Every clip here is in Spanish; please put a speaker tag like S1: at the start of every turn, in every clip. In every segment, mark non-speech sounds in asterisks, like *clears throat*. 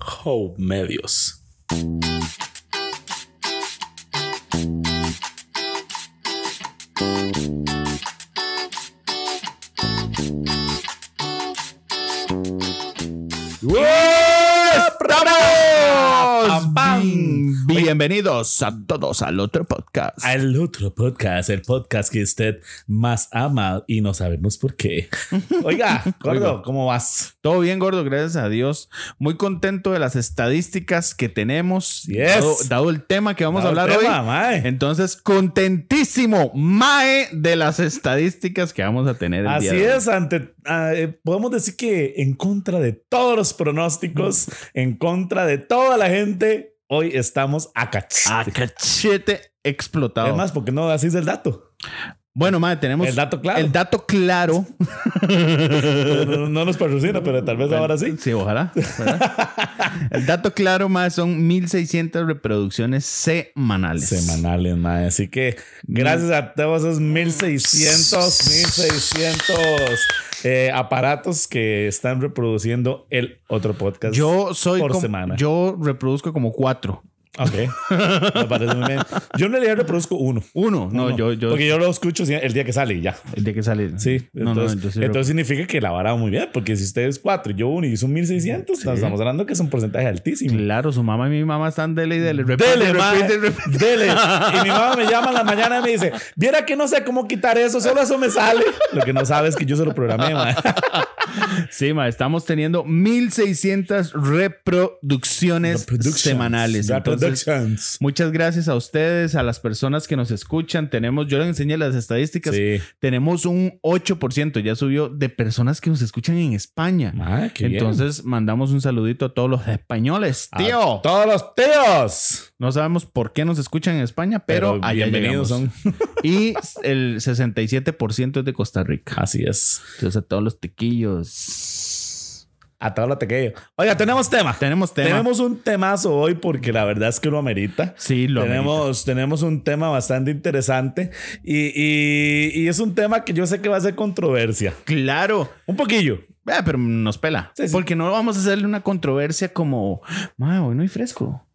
S1: Hope Medios.
S2: ¡Estamos!
S1: ¡Pam!
S2: Bien- Bienvenidos a todos al otro podcast.
S1: Al otro podcast, el podcast que usted más ama y no sabemos por qué.
S2: *laughs*
S1: Oiga, gordo,
S2: Oiga.
S1: ¿cómo vas?
S2: Todo bien, gordo, gracias a Dios. Muy contento de las estadísticas que tenemos.
S1: Yes.
S2: Dado, dado el tema que vamos a hablar hoy.
S1: hoy.
S2: Entonces, contentísimo, Mae, de las estadísticas que vamos a tener. el día
S1: Así
S2: de hoy.
S1: es, ante, ah, eh, podemos decir que en contra de todos los
S2: *laughs*
S1: pronósticos, en contra de toda la gente, hoy estamos a cachete.
S2: A cachete Ah, explotado.
S1: Es más, porque no así es el dato.
S2: bueno, Mae, tenemos
S1: El dato claro.
S2: el dato claro.
S1: no, no nos patrocina, pero tal vez ahora sí.
S2: Sí, ojalá.
S1: *laughs*
S2: ¿verdad? el dato claro, Mae, son 1600 reproducciones semanales.
S1: Semanales, mae. Así que gracias a todos esos 1600, 1600 eh, aparatos que están reproduciendo el otro podcast.
S2: Yo soy
S1: por
S2: como-
S1: semana.
S2: yo reproduzco como cuatro.
S1: Ok. Me parece muy bien. Yo en realidad reproduzco uno.
S2: Uno, no,
S1: Uno.
S2: yo, yo
S1: Porque yo lo escucho si- el día que sale y ya.
S2: el día que sale.
S1: Sí.
S2: No,
S1: Entonces,
S2: no, yo sí reproduzco.
S1: entonces significa que la vara va muy bien. Porque si ustedes cuatro y yo uno y son 1600, nos estamos hablando que es un porcentaje altísimo.
S2: Claro, su mamá y mi mamá están dele y dele. Repite,
S1: Dele, ma.
S2: repite, repite.
S1: Dele. Y mi mamá me llama en la mañana y me dice, viera que no sé cómo quitar eso, solo eso me sale. Lo que no sabe es que yo se lo programé,
S2: *laughs*
S1: ma.
S2: Sí, ma, estamos teniendo 1600 reproducciones semanales. Entonces,
S1: Reproductions.
S2: muchas gracias a ustedes, a las personas que nos escuchan. Tenemos, yo les enseñé las estadísticas.
S1: Sí.
S2: Tenemos un 8%, ya subió, de personas que nos escuchan en España.
S1: Ma, qué bien.
S2: Entonces, mandamos un saludito a todos los españoles.
S1: A
S2: Tío,
S1: todos los tíos.
S2: no sabemos por qué nos escuchan en España, pero, allá
S1: bienvenidos
S2: llegamos.
S1: son. *laughs*
S2: Y el 67% es de Costa Rica.
S1: Así es.
S2: Entonces a todos los tequillos.
S1: A todos los tequeños. Oiga, tenemos tema.
S2: Tenemos tema.
S1: Tenemos un temazo hoy porque la verdad es que lo amerita.
S2: sí, lo amerita.
S1: tenemos, tenemos un tema bastante interesante y, y- y es un tema que yo sé que va a ser controversia.
S2: Claro.
S1: Un poquillo.
S2: Ah, pero nos pela.
S1: Sí, sí.
S2: Porque no vamos a hacerle una controversia como, "Ma, hoy no hay fresco.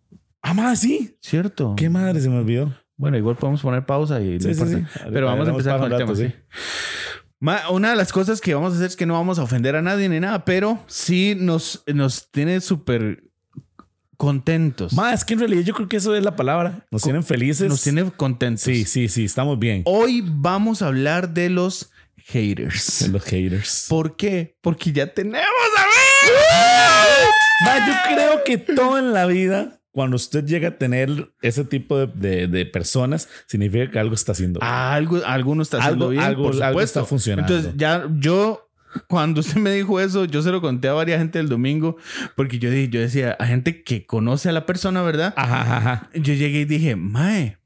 S1: Ah, ma, sí.
S2: ¿Cierto?
S1: Qué madre se me olvidó.
S2: Bueno, igual podemos poner pausa y no
S1: Sí, sí,
S2: importa.
S1: sí.
S2: Pero vamos a
S1: Tenemos para
S2: empezar con
S1: un
S2: el
S1: rato,
S2: tema. sí. Ma, una de las cosas que vamos a hacer es que no vamos a ofender a nadie ni nada, pero sí nos, nos tiene súper contentos.
S1: Ma, es que en realidad yo creo que eso es la palabra. Nos tienen felices.
S2: nos tiene contentos.
S1: Sí, sí, sí, estamos bien.
S2: Hoy vamos a hablar de los haters.
S1: Los haters.
S2: ¿Por qué? Porque ya tenemos a
S1: Ma, yo creo que todo en la vida, cuando usted llega a tener ese tipo de, de- de personas, significa que algo está haciendo.
S2: Algo, alguno está haciendo
S1: Algo-
S2: bien,
S1: algo-
S2: por
S1: algo
S2: supuesto.
S1: está funcionando.
S2: Entonces, ya yo, cuando *laughs* usted me dijo eso, yo se lo conté a varias gente el domingo, porque yo, dije- yo decía, a gente que conoce a la persona, ¿verdad?
S1: Ajá, ajá, ajá.
S2: Yo llegué y dije, mae,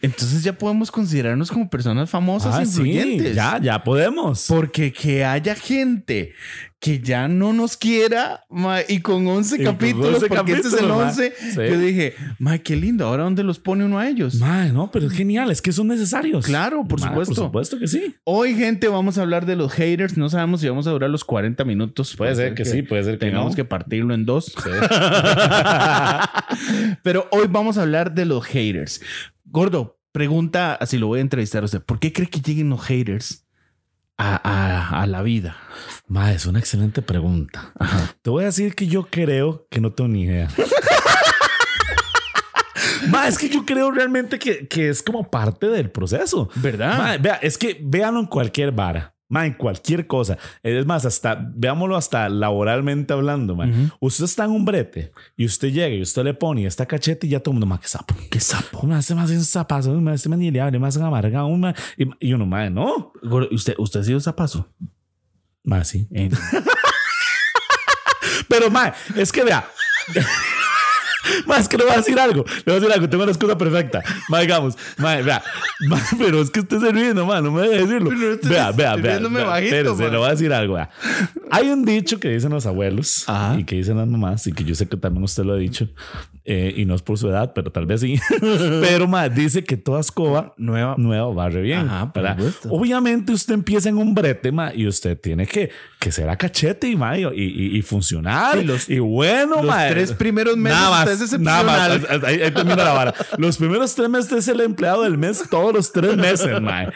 S2: entonces ya podemos considerarnos como personas famosas, e
S1: Ah,
S2: influyentes.
S1: sí, ya, ya podemos.
S2: Porque que haya gente que ya no nos quiera ma, y con 11
S1: Y con
S2: capítulos,
S1: 11
S2: porque este es el
S1: capítulos, ma.
S2: 11,
S1: Sí.
S2: yo dije, ma, qué lindo, ahora dónde los pone uno a ellos.
S1: Ma, no, pero es genial, es que son necesarios.
S2: Claro, por
S1: Ma,
S2: supuesto.
S1: Por supuesto que sí.
S2: Hoy, gente, vamos a hablar de los haters. No sabemos si vamos a durar los 40 minutos.
S1: Puede ser que sí, puede ser que
S2: Tengamos
S1: no.
S2: que partirlo en dos. *laughs* Pero hoy vamos a hablar de los haters. Gordo, pregunta, así lo voy a entrevistar a usted. ¿Por qué cree que lleguen los haters a, a- a la vida?
S1: Ma, es una excelente pregunta. Te voy a decir que yo creo que no tengo ni idea. Ma, es que yo creo realmente que, que es como parte del proceso.
S2: ¿Verdad?
S1: Ma, vea, es que véanlo en cualquier vara. Ma, en cualquier cosa. Es más, hasta veámoslo hasta laboralmente hablando, ma.
S2: Ujú.
S1: Usted está en un brete y usted llega y usted le pone esta cachete y ya todo el mundo, ma, qué sapo.
S2: qué sapo.
S1: Ma, este más es un zapazo, ma, este man ni le hable, más amargado, ma. Y, y uno, ma, no.
S2: Gordo, ¿Usted, usted ha sido zapazo?
S1: Ma, sí.
S2: Eh,
S1: Pero, ma, es que vea. *laughs* ma, es que le voy a decir algo. Le voy a decir algo. Tengo una excusa perfecta. Ma, digamos. Ma, vea. Ma, pero es que usted se ríe, no, ma. No me deje decirlo.
S2: Pero estoy-
S1: vea, vea,
S2: estoy
S1: vea.
S2: riéndome
S1: vea,
S2: bajito,
S1: espérese,
S2: ma.
S1: le voy a decir algo. vea. Hay un dicho que dicen los abuelos
S2: Ajá.
S1: y que dicen las mamás y que yo sé que también usted lo ha dicho. eh, y no es por su edad, pero tal vez
S2: *laughs*
S1: sí. pero ma, dice que toda escoba
S2: Nueva.
S1: nueva barre bien.
S2: Ajá, por
S1: ¿verdad?
S2: supuesto.
S1: Obviamente usted empieza en un brete ma, y usted tiene que, que ser a cachete y, ma, y, y- y funcionar.
S2: Sí, los-
S1: y bueno,
S2: Los
S1: ma, eh,
S2: tres primeros meses
S1: Nada
S2: usted es
S1: más, nada
S2: excepcional.
S1: más. Ahí, ahí termina la vara. Los primeros tres meses usted es el empleado del mes, todos los tres meses, mae.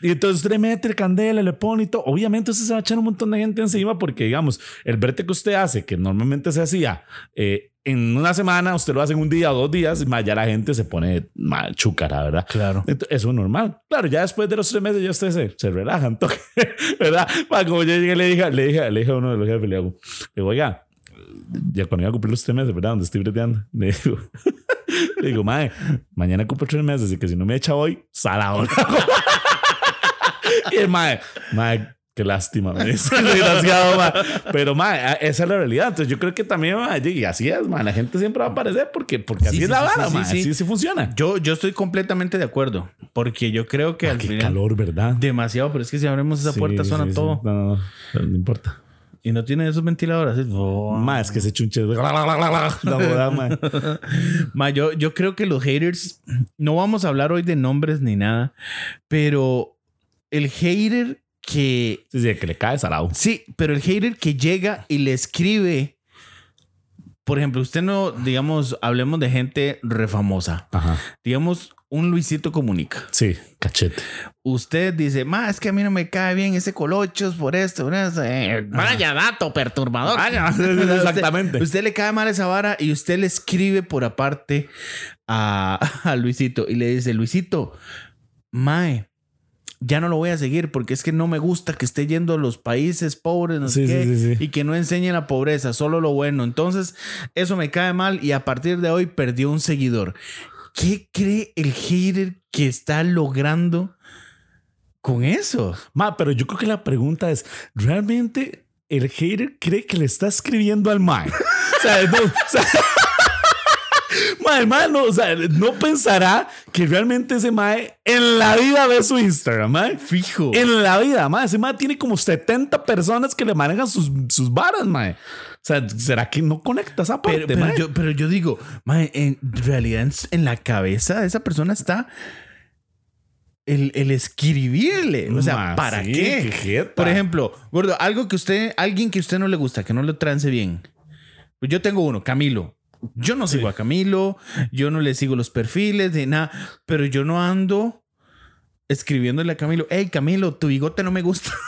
S1: Y entonces usted le mete el candela, le pone y todo. Obviamente usted se va a echar un montón de gente encima porque, digamos, el brete que usted hace, que normalmente se hacía eh, en una semana, usted lo hace en un día o dos días, y, mae, ya la gente se pone mae, chúcara, ¿verdad?
S2: Claro.
S1: Ento- Eso es normal. Claro, ya después de los tres meses ya ustedes se, se relajan, *laughs* toque, ¿verdad? Ma, como yo llegué, le dije, le dije, le dije a uno de los jefes, le digo, le digo, oiga, ya cuando iba a cumplir los tres meses, ¿verdad? Donde estoy breteando, le digo, *laughs* le digo, mae, mañana cumplo tres meses, así que si no me echa hoy, sal ahora. *laughs* y el mae, mae, *laughs* qué lástima, me dice, desgraciado, mae. Pero mae, a- esa es la realidad. Entonces yo creo que también, mae, y así es, mae, la gente siempre va a aparecer porque, porque
S2: Sí,
S1: así
S2: sí,
S1: es la
S2: sí,
S1: vara,
S2: sí, sí,
S1: mae,
S2: sí.
S1: así sí funciona.
S2: Yo, yo estoy completamente de acuerdo. Porque yo creo que
S1: Ah,
S2: al
S1: qué
S2: final.
S1: calor, ¿verdad?
S2: Demasiado, pero es que si abrimos esa
S1: Sí,
S2: puerta suena
S1: sí, sí.
S2: todo.
S1: No, no, no, pero no importa.
S2: Y no tiene esos ventiladores. así, oh.
S1: Más que se chunche. La boda, ma.
S2: Ma, yo, yo creo que los haters, no vamos a hablar hoy de nombres ni nada, pero el hater que,
S1: *laughs* Sí, sí, que le cae salado.
S2: sí, pero el hater que llega y le escribe, por ejemplo, usted no, digamos, hablemos de gente refamosa,
S1: Ajá.
S2: digamos, un Luisito comunica.
S1: Sí, cachete.
S2: Usted dice, ma, es que a mí no me cae bien ese colochos por esto, por eso". Eh, vaya dato perturbador.
S1: Exactamente.
S2: *laughs* Usted, usted le cae mal esa vara y usted le escribe por aparte a, *laughs* a Luisito y le dice, Luisito, Mae, ya no lo voy a seguir porque es que no me gusta que esté yendo a los países pobres no sé
S1: Sí,
S2: qué,
S1: sí, sí, sí.
S2: y que no enseñe la pobreza, solo lo bueno. Entonces, eso me cae mal y a partir de hoy perdió un seguidor. ¿Qué cree el hater que está logrando con eso?
S1: Ma, pero yo creo que la pregunta es: ¿realmente el hater cree que le está escribiendo al ma? O sea, no. O sea, *laughs* Ma, el mae no, o sea, no pensará que realmente ese mae en la vida ve su Instagram, mae.
S2: Fijo.
S1: En la vida, mae. Ese mae tiene como 70 personas que le manejan sus, sus varas, mae. O sea, ¿será que no conecta esa parte,
S2: Pero, pero
S1: mae?
S2: yo, pero yo digo, mae, en realidad en, s- en la cabeza de esa persona está el, el escribirle. O sea,
S1: Ma,
S2: ¿para
S1: sí, qué
S2: qué?
S1: jeta.
S2: Por ejemplo, gordo, algo que usted, alguien que usted no le gusta, que no lo trance bien. Pues Yo tengo uno, Camilo. Yo no sigo a Camilo, yo no le sigo los perfiles de nada, pero yo no ando escribiéndole a Camilo, hey Camilo, tu bigote no me gusta. *laughs*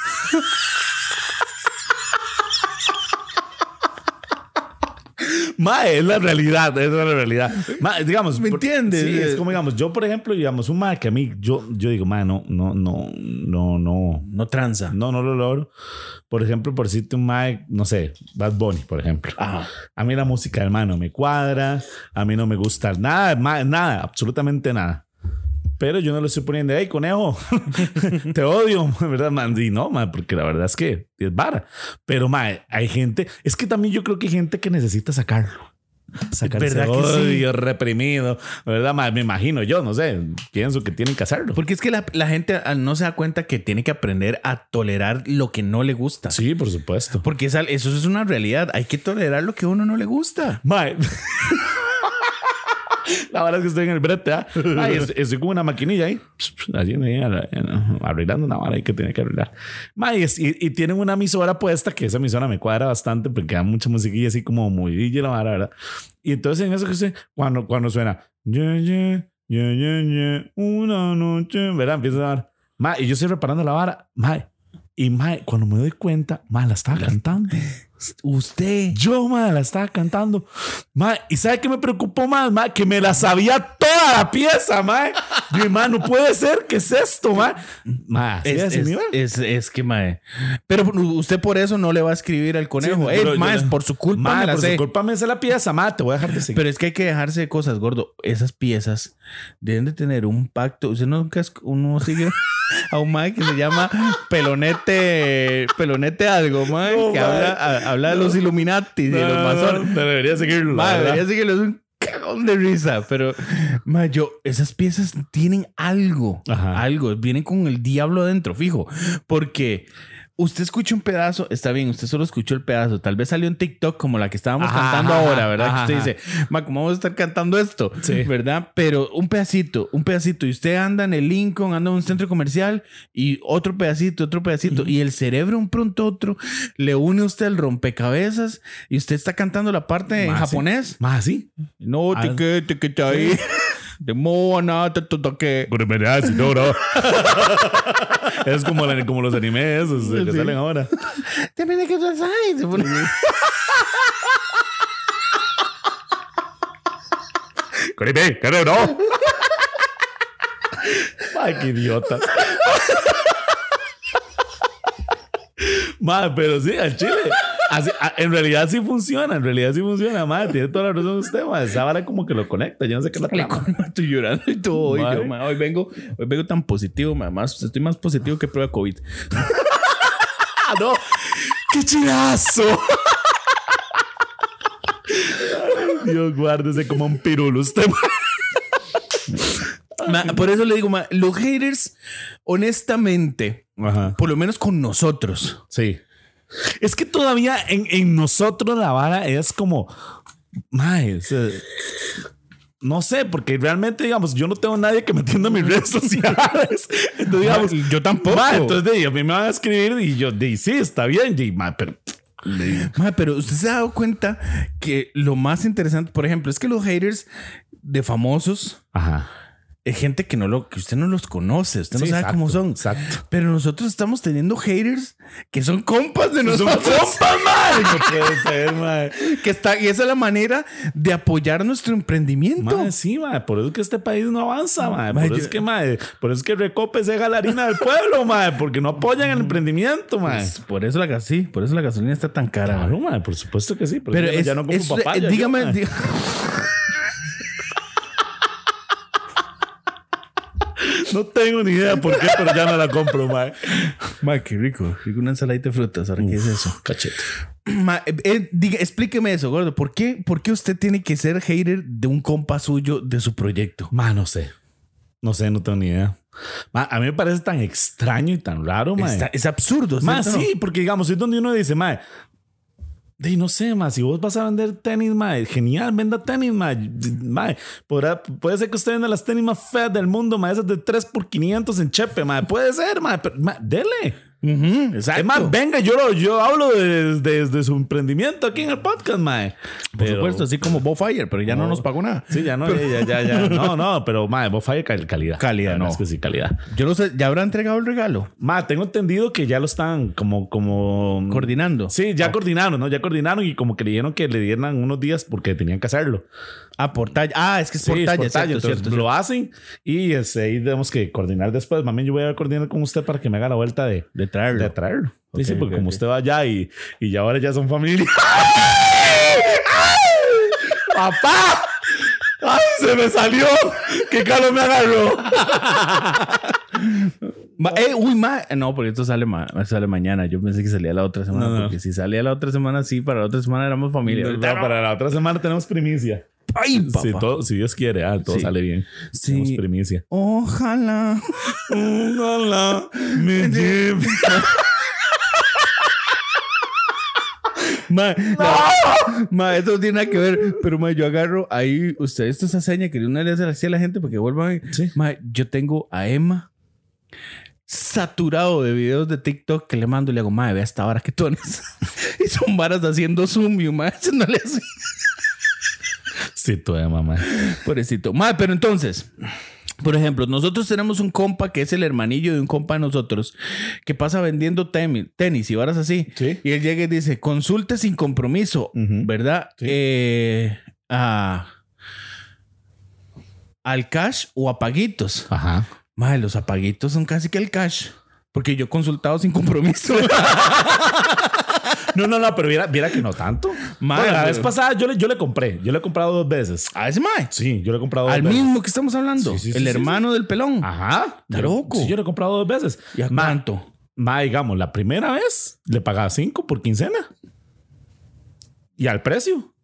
S1: Mae, es la realidad, es la
S2: *laughs*
S1: realidad. Mae, digamos,
S2: ¿Me
S1: por-
S2: entiendes?
S1: sí, es como, digamos, yo, por ejemplo, digamos, un mae que a mí, yo, yo digo, mae, no, no, no, no, no.
S2: No tranza.
S1: No, no lo logro. Por ejemplo, por decirte un mae, no sé, Bad Bunny, por ejemplo.
S2: Ajá.
S1: A mí la música del mae no me cuadra, a mí no me gusta nada, mae, nada, absolutamente nada. Pero yo no le estoy poniendo, hey, conejo, *laughs* te odio, *laughs* ¿verdad, man? Y no, man, porque la verdad es que es vara. Pero, man, hay gente, es que también yo creo que hay gente que necesita sacarlo. Sacar ese
S2: ¿Verdad que sí?
S1: odio reprimido, ¿verdad, man? Me imagino, yo no sé, pienso que tienen que hacerlo.
S2: Porque es que la, la gente ah, no se da cuenta que tiene que aprender a tolerar lo que no le gusta.
S1: Sí, por supuesto.
S2: Porque esa- eso es una realidad. Hay que tolerar lo que a uno no le gusta.
S1: Mae. *laughs* La verdad es que estoy en el brete, ¿ah? Ay, es- estoy con una maquinilla ahí, así, ahí, arreglando una vara ahí que tiene que arreglar. Mae, es- y, y tienen una emisora puesta, que esa emisora me cuadra bastante porque da mucha musiquilla así como movidilla y la vara, ¿verdad? Y entonces en eso que usted, cuando, cuando suena, "Ye, ye, ye, ye, ye, una noche, ¿verdad? Empieza a dar. Mae, y yo estoy reparando la vara, mae. Y mae, cuando me doy cuenta, mae, la estaba cantando.
S2: Usted.
S1: Yo, madre, la estaba cantando. Madre, ¿y sabe qué me preocupó más, madre? Que me la sabía toda la pieza, madre. Yo, hermano, no puede ser. ¿Qué es esto, madre? Madre, así
S2: Es,
S1: es,
S2: es-
S1: nivel.
S2: es- es que, mae. Pero usted por eso no le va a escribir al conejo.
S1: no,
S2: "Ey,
S1: yo- yo
S2: mae,
S1: no.
S2: es por su culpa.
S1: Madre,
S2: me la
S1: por
S2: sé".
S1: su culpa me sé la pieza, madre. Te voy a dejar de seguir.
S2: Pero es que hay que dejarse de cosas, gordo. Esas piezas deben de tener un pacto. Usted nunca es- uno sigue *laughs* a un mae que se llama pelonete, pelonete algo, mae,
S1: No,
S2: que
S1: mae.
S2: habla, a- habla de los Illuminati y
S1: Ah,
S2: los masones.
S1: no, debería seguirlo. la
S2: Madre,
S1: verdad.
S2: ya sé que lo es un cagón de risa, pero madre, yo, esas piezas tienen algo,
S1: Ajá.
S2: algo, vienen con el diablo adentro, fijo, porque Usted escucha un pedazo, está bien, usted solo escuchó el pedazo. Tal vez salió en TikTok como la que estábamos
S1: Ajá,
S2: cantando
S1: ajá,
S2: ahora, ¿verdad?
S1: ajá,
S2: que
S1: ajá.
S2: usted dice, ma, ¿cómo vamos a estar cantando esto?
S1: Sí.
S2: ¿Verdad? Pero un pedacito, un pedacito. Y usted anda en el Lincoln, anda en un centro comercial y otro pedacito, otro pedacito. Y el cerebro, un pronto otro, le une a usted el rompecabezas y usted está cantando la parte en
S1: Ma, sí.
S2: japonés.
S1: Más así.
S2: No,
S1: Ah.
S2: te que, te que, te ahí. De moa, nada, te te- te que.
S1: *laughs* es como, la- como los animes o sea, que
S2: Sí.
S1: salen ahora.
S2: Te viene que tú sabes. Se pone- *laughs*
S1: Ay, qué idiota. Madre, pero sí, al chile. Así- a- en realidad sí funciona, en realidad sí funciona, madre. Tiene toda la razón usted, madre. Esa vara como que lo conecta, yo no sé qué es la trama.
S2: Estoy llorando y todo. Hoy,
S1: Madre.
S2: yo, ma, hoy vengo, hoy vengo tan positivo, ma, más, estoy más positivo que prueba COVID.
S1: ¡Ah, no! ¡Qué chidazo! Dios, guárdese como un pirulo usted. Ah,
S2: Ma, por eso le digo, ma, los haters, honestamente,
S1: Ajá.
S2: por lo menos con nosotros.
S1: Sí. Es que todavía en, en nosotros la vara es como. Mae, o sea, no sé, porque realmente, digamos, yo no tengo nadie que me atienda en mis redes *laughs* sociales. Entonces, digamos,
S2: Ma, yo tampoco.
S1: mae, entonces, de, a mí me van a escribir y yo, de, sí, está bien, y, mae, pero.
S2: Ma, pero usted se ha dado cuenta que lo más interesante, por ejemplo, es que los haters de famosos
S1: Ajá.
S2: es gente que no lo, que usted no los conoce, usted no
S1: Sí,
S2: sabe
S1: exacto,
S2: cómo
S1: *laughs*
S2: son.
S1: Exacto.
S2: Pero nosotros estamos teniendo haters que son compas de
S1: Son
S2: nosotros.
S1: compas, mae. *laughs* No puede ser, mae.
S2: *laughs* Que está, y esa es la manera de apoyar nuestro emprendimiento.
S1: Mae, sí, mae, por eso es que este país no avanza, mae.
S2: Mae,
S1: Por eso
S2: yo-
S1: es que, mae, por eso es que Recope se deja la harina del pueblo, mae, porque no apoyan el emprendimiento, mae.
S2: Pues, por eso la gas- sí, por eso la gasolina está tan cara.
S1: Claro, mae, por supuesto que sí, pero,
S2: Pero
S1: ya, no-
S2: es,
S1: ya no como
S2: es-
S1: papaya.
S2: eh,
S1: yo,
S2: dígame, *laughs*
S1: mae.
S2: di-
S1: no tengo ni idea por qué, pero ya no la compro, mae.
S2: Ma, qué rico, rico una ensaladita de frutas. Ahora, ¿qué es eso?
S1: Cachete.
S2: *clears throat* Ma, eh, eh, diga, explíqueme eso, gordo. ¿Por qué, ¿Por qué usted tiene que ser hater de un compa suyo de su proyecto?
S1: Mae, no sé. No sé, no tengo ni idea. Mae, a mí me parece tan extraño y tan raro, mae.
S2: Está- es absurdo.
S1: Más
S2: ¿cierto?
S1: sí, porque digamos, es donde uno dice, mae, de no sé, mae, si vos vas a vender tenis, mae, genial, venda tenis, mae. mae podrá- puede ser que usted venda las tenis más feas del mundo, mae, esas de 3 por 500 en Chepe, mae. Puede ser, mae, pero mae, dele.
S2: Ujú,
S1: Es
S2: exacto.
S1: más, venga, yo, lo- yo hablo desde su emprendimiento aquí en el podcast, mae.
S2: por
S1: Pero-
S2: supuesto, así como Bob Fire, pero ya no,
S1: No.
S2: nos pagó nada.
S1: Sí, ya no, ya, ya, ya. No, no, pero mae, vos falla cal- calidad.
S2: Calidad,
S1: La verdad
S2: no.
S1: Es que sí, calidad.
S2: Yo no sé, ¿ya habrá entregado el regalo?
S1: Ma, tengo entendido que ya lo están como, como
S2: Coordinando.
S1: Sí, ya coordinaron, ¿no? Ya coordinaron y como que le dijeron que le dieran unos días porque tenían que hacerlo.
S2: Ah, por talla. Ah, es que es
S1: Sí,
S2: por
S1: es
S2: talla,
S1: por talla,
S2: cierto,
S1: entonces
S2: cierto,
S1: lo hacen y este, ahí tenemos que coordinar después. Mami, yo voy a coordinar con usted para que me haga la vuelta de,
S2: De traerlo.
S1: de traerlo. Sí,
S2: Ok,
S1: sí, porque
S2: ok,
S1: como
S2: ok.
S1: usted va allá y, y ya ahora ya son
S2: *laughs*
S1: familia. ¡Ay! ¡Papá! ¡Ay, se me salió! ¡Qué caro me agarró!
S2: Ma- eh, uy, ma. No, porque esto sale, ma- sale mañana. Yo pensé que salía la otra semana.
S1: No, no.
S2: Porque si salía la otra semana, sí, para la otra semana éramos familia.
S1: No,
S2: Ahorita no.
S1: para la otra semana tenemos primicia.
S2: Ay, papá.
S1: Si, todo- si Dios quiere, ah, todo
S2: Sí.
S1: sale bien.
S2: Sí.
S1: Tenemos primicia.
S2: Ojalá.
S1: Ojalá me lleve.
S2: Ma, la- ma, esto no tiene nada que ver. Pero, ma, yo agarro ahí. Usted, esto es hazaña que una vez le hacía a la gente porque vuelvan.
S1: Sí.
S2: Ma, yo tengo a Emma saturado de videos de TikTok que le mando y le hago, ma, ve hasta ahora que tones. *laughs* y son varas haciendo zoom y un ma, haciéndole así.
S1: Sí, todavía, mamá.
S2: Pobrecito. Ma, pero entonces, por ejemplo, nosotros tenemos un compa que es el hermanillo de un compa de nosotros que pasa vendiendo temi- tenis y varas así.
S1: Sí.
S2: Y él llega y dice, consulte sin compromiso,
S1: Ujú.
S2: ¿verdad?
S1: Sí.
S2: Eh, a- al cash o a paguitos.
S1: Ajá.
S2: Madre, los apaguitos son casi que el cash. Porque yo he consultado sin compromiso.
S1: *laughs* No, no, no, pero viera, viera que no tanto.
S2: Madre,
S1: Bueno, la
S2: pero-
S1: vez pasada yo le, yo le compré. Yo le he comprado dos veces.
S2: a ese mae.
S1: Sí, yo le he comprado dos
S2: Al
S1: veces.
S2: mismo que estamos hablando.
S1: Sí, sí, sí,
S2: el
S1: sí, Ah,
S2: hermano del pelón.
S1: Ajá.
S2: Está
S1: Yo-
S2: loco.
S1: Sí, yo le he comprado dos veces.
S2: ¿Y a
S1: Ma-
S2: cuánto?
S1: Ma, digamos, la primera vez le pagaba cinco por quincena. Y al precio.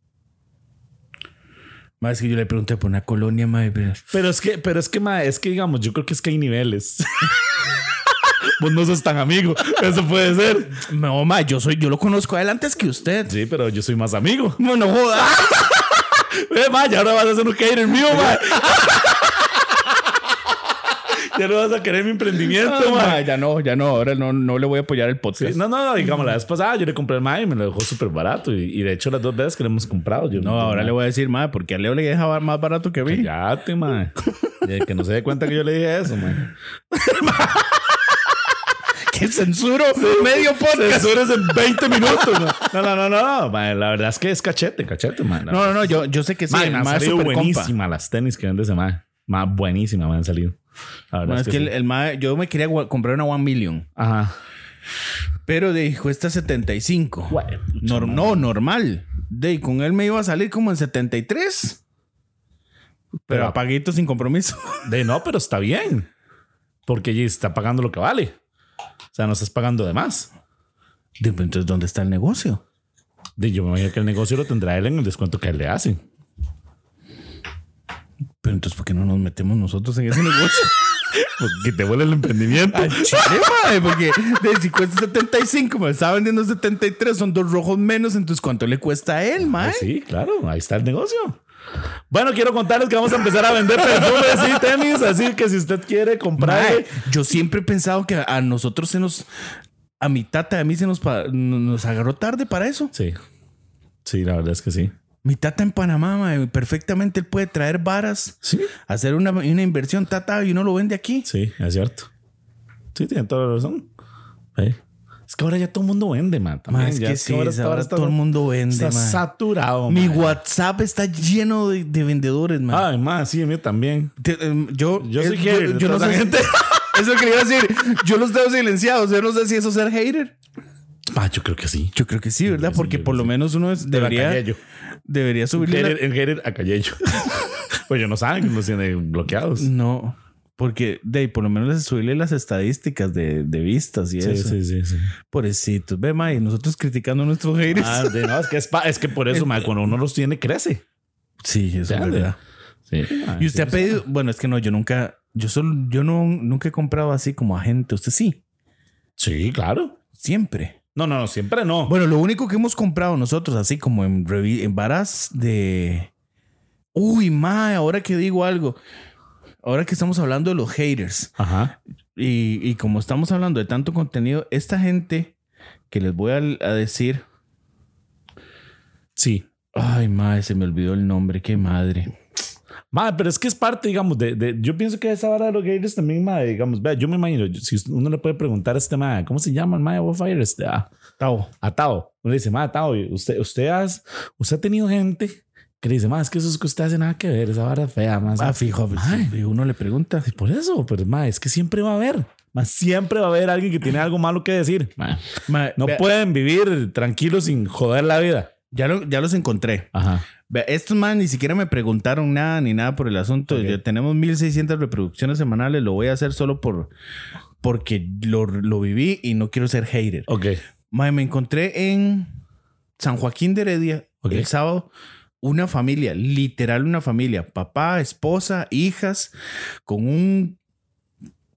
S2: Madre, es que yo le pregunté por una colonia, madre. pero-
S1: Pero es que, pero es que, ma, es que digamos, yo creo que es que hay niveles. *laughs* Vos no sos tan amigo. Eso puede ser.
S2: No, ma, yo soy, yo lo conozco a él antes que usted.
S1: Sí, pero yo soy más amigo.
S2: No, no joda.
S1: *laughs* Eh, ma, ya ahora vas a ser un cater mío, ma. *laughs* ya no vas a querer mi emprendimiento, ma.
S2: Ah, Ma, ya no, ya no. Ahora no, no le voy a apoyar el
S1: Ah,
S2: podcast.
S1: No, no, no, digamos, la vez pasada yo le compré el ma y me lo dejó súper barato. Y, y de hecho, las dos veces que lo hemos comprado, yo
S2: No, ahora le voy a decir, ma, porque a Leo le dejaba más barato que a *laughs* mí.
S1: Cállate, *laughs* ma. Y el que no se dé cuenta que yo le dije eso, ma.
S2: ¡Qué censuro! Medio podcast.
S1: Eso eres en 20 minutos, ma. *laughs* No, no, no, no, no, ma, La verdad es que es cachete, cachete, ma. La
S2: No, no, no, yo, yo sé que sí.
S1: Ma,
S2: el
S1: me han
S2: ma es
S1: salido
S2: super compa.
S1: buenísima las tenis que vende ese ma. Ma, buenísima me han salido. La verdad
S2: Ma, es que el,
S1: sí.
S2: el ma- yo me quería gua- comprar una One Million,
S1: Ajá.
S2: pero de ahí cuesta 75.
S1: Guay, pucha
S2: Nor- no, normal. De ahí con él me iba a salir como en 73. Pero
S1: Pero-
S2: apaguito sin compromiso.
S1: De no, pero está bien. Porque allí está pagando lo que vale. O sea, no estás pagando de más.
S2: Digo, pero Entonces, ¿dónde está el negocio?
S1: De yo me imagino que el negocio lo tendrá él en el descuento que le hacen.
S2: Pero entonces, ¿por qué no nos metemos nosotros en ese *laughs* negocio? Pues,
S1: Porque te vuelve el emprendimiento.
S2: Al chile, madre, porque de si cuesta 75, me estaba vendiendo 73, son dos rojos menos, entonces ¿cuánto le cuesta a él, mae?
S1: Pues sí, claro, ahí está el negocio. Bueno, quiero contarles que vamos a empezar a vender perfumes y tenis, así que si usted quiere comprar,
S2: Mae, yo siempre he pensado que a nosotros se nos a mi tata y a mí se nos pa- no- nos agarró tarde para eso.
S1: sí. Sí, la verdad es que sí.
S2: Mi tata en Panamá, mae, perfectamente él puede traer varas,
S1: Sí,
S2: hacer una, una inversión tata y uno lo vende aquí.
S1: sí, es cierto. Sí, tiene toda la razón. Sí. Es que ahora ya todo el mundo vende, man.
S2: Mae,
S1: También,
S2: es
S1: ya
S2: que sí,
S1: ahora
S2: ahora,
S1: está- ahora está-
S2: todo el mundo vende,
S1: está
S2: mae.
S1: saturado.
S2: Mi
S1: man.
S2: WhatsApp está lleno de, de vendedores, mae.
S1: Ay, más, sí, a mí también.
S2: Te- em, yo,
S1: Yo soy
S2: eh,
S1: hater de toda esa gente.
S2: *laughs* Eso es lo que le iba a decir. Yo los tengo silenciados. Yo no sé si eso es ser hater.
S1: Ah, yo creo que sí.
S2: Yo creo que sí, ¿verdad?
S1: sí,
S2: Porque
S1: yo
S2: por lo menos uno es- debería,
S1: Cayello.
S2: debería subirle. la-
S1: Hater, en hater a Cayello. *laughs* pues ellos no saben que nos tienen bloqueados.
S2: No, porque de ahí por lo menos subirle las estadísticas de, de vistas y
S1: Sí,
S2: eso.
S1: sí, sí, sí.
S2: Pobrecitos. Ve, ma, y nosotros criticando a nuestros haters.
S1: Ah, de- no, es que, es, pa- es que por eso, ma, cuando uno los tiene, crece.
S2: sí, eso es
S1: Dale.
S2: verdad.
S1: Sí.
S2: Y usted ha pedido. Bueno, es que no, yo nunca. Yo solo. Yo no, nunca he comprado así como a gente. Usted sí.
S1: Sí, claro.
S2: Siempre.
S1: No, no, no, siempre no.
S2: Bueno, lo único que hemos comprado nosotros, así como en, revi- en varas de. Uy, mae, ahora que digo algo. Ahora que estamos hablando de los haters
S1: Ajá.
S2: y, y como estamos hablando de tanto contenido, esta gente que les voy a, a decir.
S1: Sí.
S2: Ay, mae, se me olvidó el nombre, qué madre.
S1: Madre, pero es que es parte, digamos, de, de- yo pienso que esa vara de los haters también, madre, digamos, vea, yo me imagino, yo- si uno le puede preguntar a este madre, ¿cómo se llama el madre Warfire? Este, ah,
S2: Tao.
S1: a Tao. Uno le dice, madre, Tao, usted, usted, has, usted ha tenido gente que le dice, madre, es que eso es que usted hace nada que ver, esa vara es fea, más.
S2: Ah, fijo, y uno le pregunta.
S1: por eso, pero madre, es que siempre va a haber, más siempre va a haber alguien que tiene algo malo que decir. Mae,
S2: Mae,
S1: no
S2: vea,
S1: pueden vivir tranquilos sin joder la vida.
S2: ya, lo- ya los encontré.
S1: Ajá.
S2: Vea, Estos más ni siquiera me preguntaron nada ni nada por el asunto.
S1: Ok.
S2: Ya tenemos 1600 reproducciones semanales. Lo voy a hacer solo por porque lo, lo viví y no quiero ser hater.
S1: Ok.
S2: Mae, me encontré en San Joaquín de Heredia
S1: Ok.
S2: el sábado una familia, literal una familia, papá, esposa, hijas, con un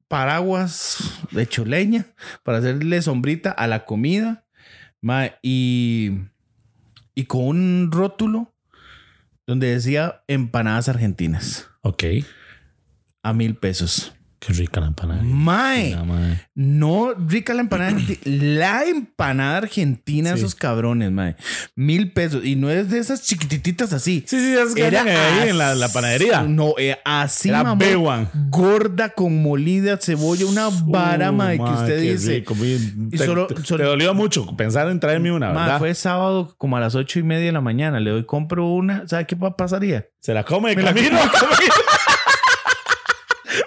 S2: paraguas de choleña para hacerle sombrita a la comida mae, y, y con un rótulo donde decía empanadas argentinas
S1: Ok. Qué
S2: a mil pesos.
S1: rica la empanada.
S2: Mae,
S1: Mira, mae.
S2: no, rica la empanada.
S1: *clears throat*
S2: argenti- la empanada argentina,
S1: Sí.
S2: esos cabrones, madre. Mil pesos. Y no es de esas chiquitititas así.
S1: Sí, sí, es que venden ahí en la, la panadería.
S2: así- No, eh, así,
S1: Era
S2: mamón.
S1: B1.
S2: Gorda con molida, cebolla, una vara, madre,
S1: Uh,
S2: que usted dice. Y
S1: Y
S2: solo-
S1: solo,
S2: solo-
S1: te dolió mucho pensar en traerme una,
S2: Ma,
S1: ¿verdad?
S2: fue sábado como a las ocho y media de la mañana. Le doy, compro una. ¿Sabe qué pa- pasaría?
S1: Se la come *laughs* de
S2: Me la
S1: camino.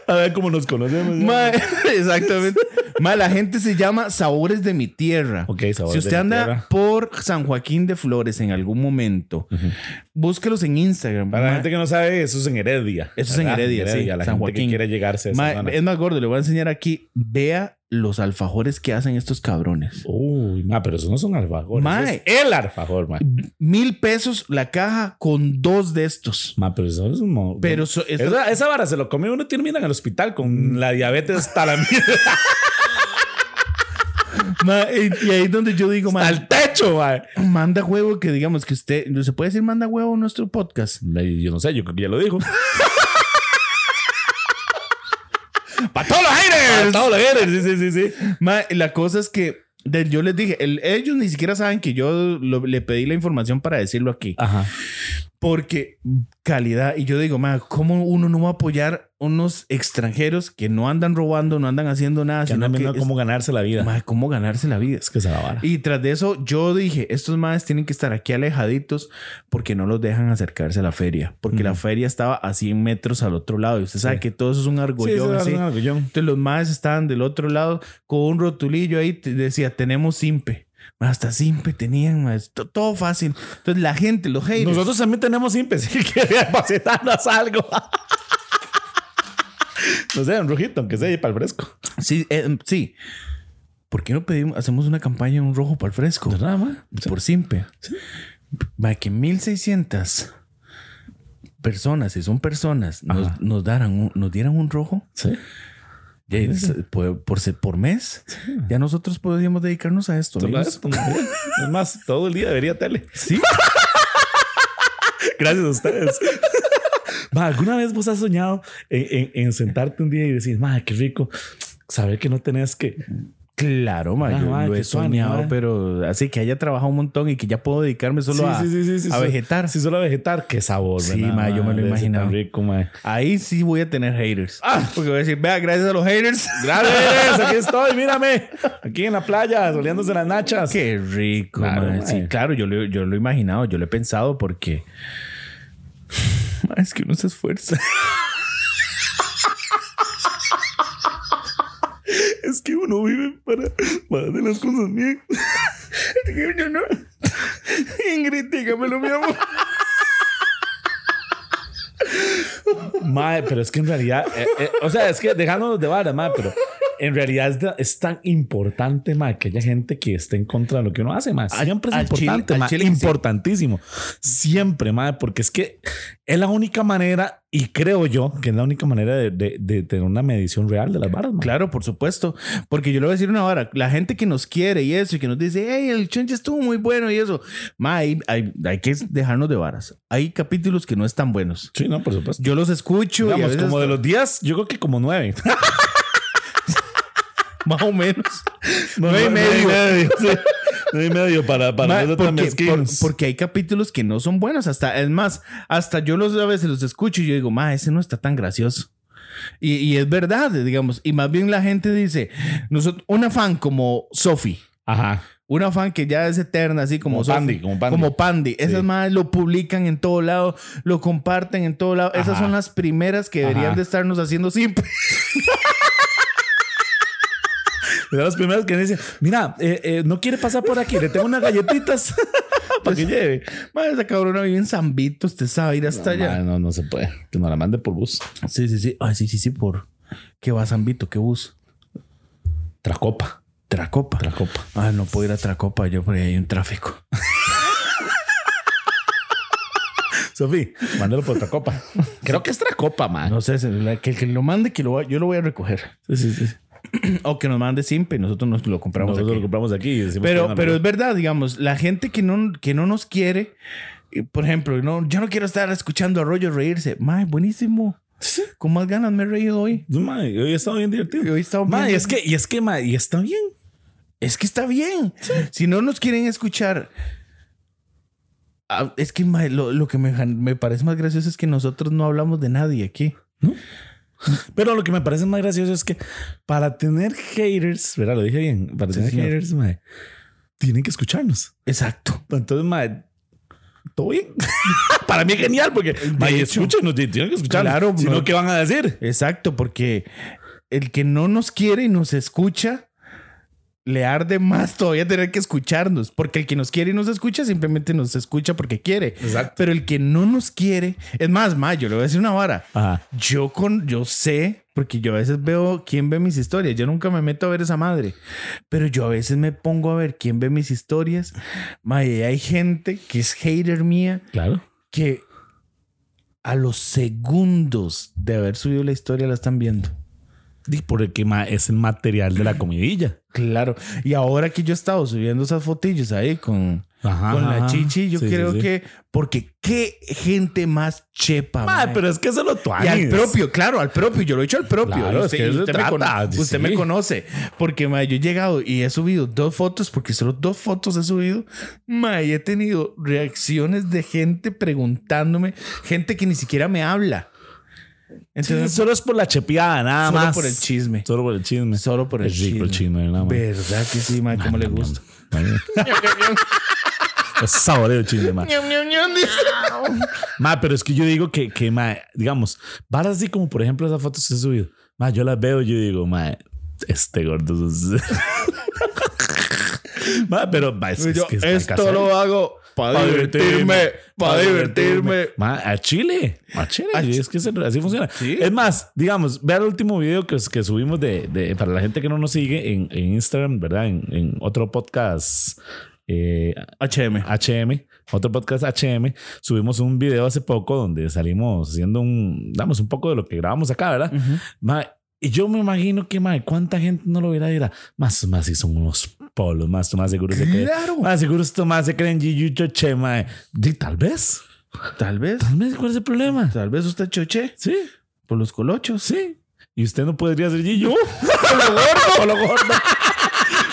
S1: A ver cómo nos conocemos. ¿no? *laughs*
S2: Ma, *laughs* exactamente. Ma, la gente se llama Sabores de mi tierra.
S1: Ok, sabor
S2: Si usted
S1: de la
S2: anda
S1: tierra.
S2: por San Joaquín de Flores en algún momento, búsquelos en Instagram.
S1: Para
S2: ma.
S1: la gente que no sabe, eso es en Heredia.
S2: Eso es en
S1: ¿verdad?
S2: Heredia, sí,
S1: La
S2: San
S1: gente
S2: Joaquín.
S1: que quiere llegarse a esa
S2: Ma,
S1: zona.
S2: es más gordo, le voy a enseñar aquí. Vea los alfajores que hacen estos cabrones.
S1: Uy, ma, pero eso no son alfajores.
S2: Ma.
S1: eso es el alfajor, ma.
S2: Mil pesos la caja con dos de estos.
S1: Ma, pero eso es un mo-
S2: Pero Mm. so- esto-
S1: esa, esa vara se lo come uno y termina en el hospital con la diabetes hasta la mierda.
S2: Ma, y, y ahí es donde yo digo, ma,
S1: Al techo, mae.
S2: manda huevo que digamos que usted, ¿no se puede decir manda huevo en nuestro podcast?
S1: Le- Yo no sé, yo creo que ya lo *laughs* dijo.
S2: ¡Para todos los
S1: Al
S2: haters!
S1: tabla, ¿eh? sí, sí, sí, sí.
S2: Ma, la cosa es que de- yo les dije, el- ellos ni siquiera saben que yo lo- le pedí la información para decirlo aquí.
S1: Ajá.
S2: Porque calidad, y yo digo, ma, ¿cómo uno no va a apoyar unos extranjeros que no andan robando, no andan haciendo nada?
S1: Que
S2: sino
S1: andan
S2: que
S1: viendo
S2: es-
S1: cómo ganarse la vida.
S2: ma, ¿cómo ganarse la vida?
S1: Es que se la vara.
S2: Y tras de eso, yo dije, estos madres tienen que estar aquí alejaditos porque no los dejan acercarse a la feria. Porque la
S1: Ujú.
S2: feria estaba a 100 metros al otro lado. Y usted sabe
S1: Mm. Sí.
S2: que todo eso es un
S1: Sí, se
S2: argollón.
S1: la
S2: así.
S1: vara, Gollón.
S2: Entonces los madres estaban del otro lado con un rotulillo ahí. te- decía, tenemos simpe. Ma, Hasta simpe tenían, ma, to- todo fácil. Entonces la gente, los haters.
S1: Nosotros también tenemos imbécil *laughs* que depositarnos algo. No sé, un rojito, aunque sea ahí para el fresco.
S2: Sí, eh, sí. ¿Por qué no pedimos, hacemos una campaña un rojo para el fresco?
S1: Nada más.
S2: Por simple. Va que 1600 personas, si son personas,
S1: Ajá.
S2: nos, nos, daran un- nos dieran un rojo
S1: Sí.
S2: ya es, por, por, se- por mes, ya nosotros podríamos dedicarnos a esto.
S1: Solo
S2: amigos.
S1: eso. Es más, todo el día debería tele.
S2: Sí.
S1: Gracias a *laughs* ustedes. Ma, ¿Alguna vez vos has soñado en, en- en sentarte un día y decir, madre, qué rico saber que no tenés que.
S2: Claro, ma,
S1: Ah,
S2: yo
S1: ma,
S2: lo
S1: qué
S2: he soñado,
S1: suave, ma.
S2: pero así que haya trabajado un montón y que ya puedo dedicarme solo
S1: Sí,
S2: a,
S1: sí, sí, sí, sí,
S2: a
S1: sí.
S2: vegetar.
S1: Si solo vegetar, qué sabor.
S2: Sí,
S1: ¿verdad,
S2: ma, yo me
S1: Debe
S2: lo
S1: ser
S2: imaginaba.
S1: tan rico, ma.
S2: Ahí sí voy a tener haters.
S1: Ah.
S2: Porque voy a decir, vea, gracias a los haters. *laughs*
S1: Gracias, Pues aquí estoy, mírame. Aquí en la playa, soleándose las nachas.
S2: Qué rico,
S1: Claro,
S2: mae.
S1: mae.
S2: Sí, claro, yo lo, yo lo he imaginado, yo lo he pensado porque. Mae, Es que uno se esfuerza.
S1: *laughs* Es que uno vive para, para hacer las cosas *laughs* bien.
S2: yo no. Ingrid, dígamelo, mi amor.
S1: Mae, pero es que en realidad, eh, eh, o sea, es que dejándonos de vara, mae, pero en realidad es, da- es tan importante, mae, que haya gente que esté en contra de lo que uno hace, mae.
S2: Al-
S1: Siempre es
S2: al chile-
S1: importante,
S2: al
S1: mae,
S2: chile que sí.
S1: importantísimo. Siempre, mae, porque es que es la única manera, y creo yo, que es la única manera de, de- de tener una medición real de las varas, mae.
S2: *laughs* Claro, por supuesto. Porque yo le voy a decir una hora. La gente que nos quiere y eso, y que nos dice, hey, el chonche estuvo muy bueno y eso. Mae, hay, hay- hay que dejarnos de varas. Hay capítulos que no están buenos.
S1: Sí, no, por supuesto.
S2: Yo los escucho. y a
S1: Digamos,
S2: veces-
S1: como de los 10, yo creo que como *laughs* 9.
S2: *laughs* más o menos. Nueve y medio.
S1: y medio para, para
S2: Ma,
S1: no ser tan
S2: porque, por-
S1: mezquinos.
S2: porque hay capítulos que no son buenos. Hasta, es más, hasta yo los a veces los escucho y yo digo, ma, ese no está tan gracioso. Y, y es verdad, digamos. Y más bien la gente dice, nosotros, una fan como Sofi,
S1: Ajá.
S2: una fan que ya es eterna, así como,
S1: Como
S2: Sofi,
S1: Pandy, como Pandy.
S2: como Pandy. Esas
S1: Sí.
S2: más lo publican en todo lado, lo comparten en todo lado. Esas
S1: Ajá.
S2: son las primeras que
S1: Ajá.
S2: deberían de estarnos haciendo siempre. *laughs*
S1: De los primeros que dicen, mira, eh, eh, no quiere pasar por aquí, le tengo unas *laughs* galletitas para que lleve.
S2: Ma, esa cabrona vive en Zambito, usted sabe ir hasta allá.
S1: Ma, no, no se puede. Que nos la mande por bus.
S2: Sí, sí, sí. Ay, sí, sí, sí, por. ¿Qué va, Zambito? ¿Qué bus?
S1: Tracopa.
S2: Tracopa.
S1: Tracopa.
S2: Ah, no puedo ir a Tracopa, yo por ahí hay un tráfico. *laughs*
S1: Sofía, mándalo por Tracopa. *laughs* Creo que es Tracopa, man.
S2: No sé, se- la- que el que lo mande, que lo va- yo lo voy a recoger. *clears throat*
S1: Sí, sí, sí.
S2: O que nos mande simple y nosotros nos lo compramos.
S1: Nosotros
S2: aquí.
S1: lo compramos aquí. y decimos que
S2: Pero,
S1: no,
S2: pero es
S1: amigo.
S2: verdad, digamos, la gente que no, que no nos quiere, eh, por ejemplo, no, yo no quiero estar escuchando a Rollo reírse. Mae, buenísimo.
S1: Sí.
S2: Con más ganas me he reído hoy.
S1: No, ma, hoy ha estado bien divertido.
S2: Hoy he estado
S1: Ma,
S2: bien.
S1: es que, y es que, ma, y está bien.
S2: Es que está bien. Si no nos quieren escuchar. Ah, Es que mae, lo, lo que me, me parece más gracioso es que nosotros no hablamos de nadie aquí.
S1: Pero lo que me parece más gracioso es que para tener haters, ¿verdad? Lo dije bien. Para
S2: Sí,
S1: tener
S2: señor.
S1: haters, ma, tienen que escucharnos.
S2: Exacto.
S1: Entonces, mae, todo bien. *laughs* Para mí es genial porque, mae,
S2: hecho.
S1: escúchenos, ti- tienen que escuchar.
S2: Claro,
S1: si no,
S2: no.
S1: ¿qué van a decir?
S2: Exacto, porque el que no nos quiere y nos escucha, le arde más todavía tener que escucharnos, porque el que nos quiere y nos escucha simplemente nos escucha porque quiere.
S1: Exacto.
S2: Pero el que no nos quiere, es más, Mayo, le voy a decir una vara.
S1: Ajá.
S2: Yo con yo sé, porque yo a veces veo quién ve mis historias, yo nunca me meto a ver esa madre, pero yo a veces me pongo a ver quién ve mis historias. Mae, hay gente que es hater mía
S1: Claro.
S2: que a los segundos de haber subido la historia la están viendo.
S1: Di, Porque ma, es el material de la comidilla.
S2: Claro. Y ahora que yo he estado subiendo esas fotillos ahí con,
S1: Ajá,
S2: con
S1: ajá.
S2: la chichi, yo
S1: Sí, sí,
S2: creo
S1: sí.
S2: que. Porque qué gente más chepa.
S1: Ma,
S2: mae.
S1: pero es que eso lo
S2: Y
S1: tuanis.
S2: al propio, claro, al propio. Yo lo he hecho al propio.
S1: Claro,
S2: Y
S1: es que eso se
S2: usted, me,
S1: trata,
S2: cono- usted
S1: sí.
S2: me conoce. Porque mae, yo he llegado y he subido dos fotos, porque solo dos fotos he subido. Mae, y he tenido reacciones de gente preguntándome, gente que ni siquiera me habla.
S1: Sí,
S2: Entonces,
S1: solo es por la chepiada, nada
S2: Solo
S1: más.
S2: por el chisme.
S1: Solo por el chisme.
S2: Solo por el
S1: Es rico el
S2: chisme.
S1: chisme, nada más.
S2: ¿Verdad que sí, mae? ¿Cómo le gusta?
S1: *laughs* Es saboreo el chisme, ma.
S2: Ñam, ñam, ñam, dice.
S1: Ma, pero es que yo digo que, que ma, digamos, varas así como por ejemplo esas fotos que he subido. Ma, yo las veo, yo digo, ma, este gordo es. *laughs* ma, pero ma, es,
S2: Yo,
S1: es que es tan casual.
S2: hago
S1: Pa'
S2: para
S1: pa'
S2: pa'
S1: Ma, a Chile, a Chile.
S2: A
S1: y
S2: chi-
S1: es que se- así funciona.
S2: Sí.
S1: Es más, digamos, vea el último video que, que subimos de, de- para la gente que no nos sigue en, en Instagram, ¿verdad? En, en otro podcast. eh,
S2: HM.
S1: HM, otro podcast HM, subimos un video hace poco donde salimos haciendo un, damos un poco de lo que grabamos acá, ¿verdad? Ma, y yo me imagino que, madre, ¿cuánta gente no lo hubiera dirá? Más, más, si son unos polos, más, más seguro se creen.
S2: Claro.
S1: Más seguro esto más se creen Giyu Choche, mae. Di, tal vez,
S2: Tal vez,
S1: tal vez, ¿cuál es el problema?
S2: tal vez usted choche
S1: Sí,
S2: por los colochos.
S1: sí. Y usted no podría ser Giyu. *laughs* Polo gordo.
S2: *laughs*
S1: gordo.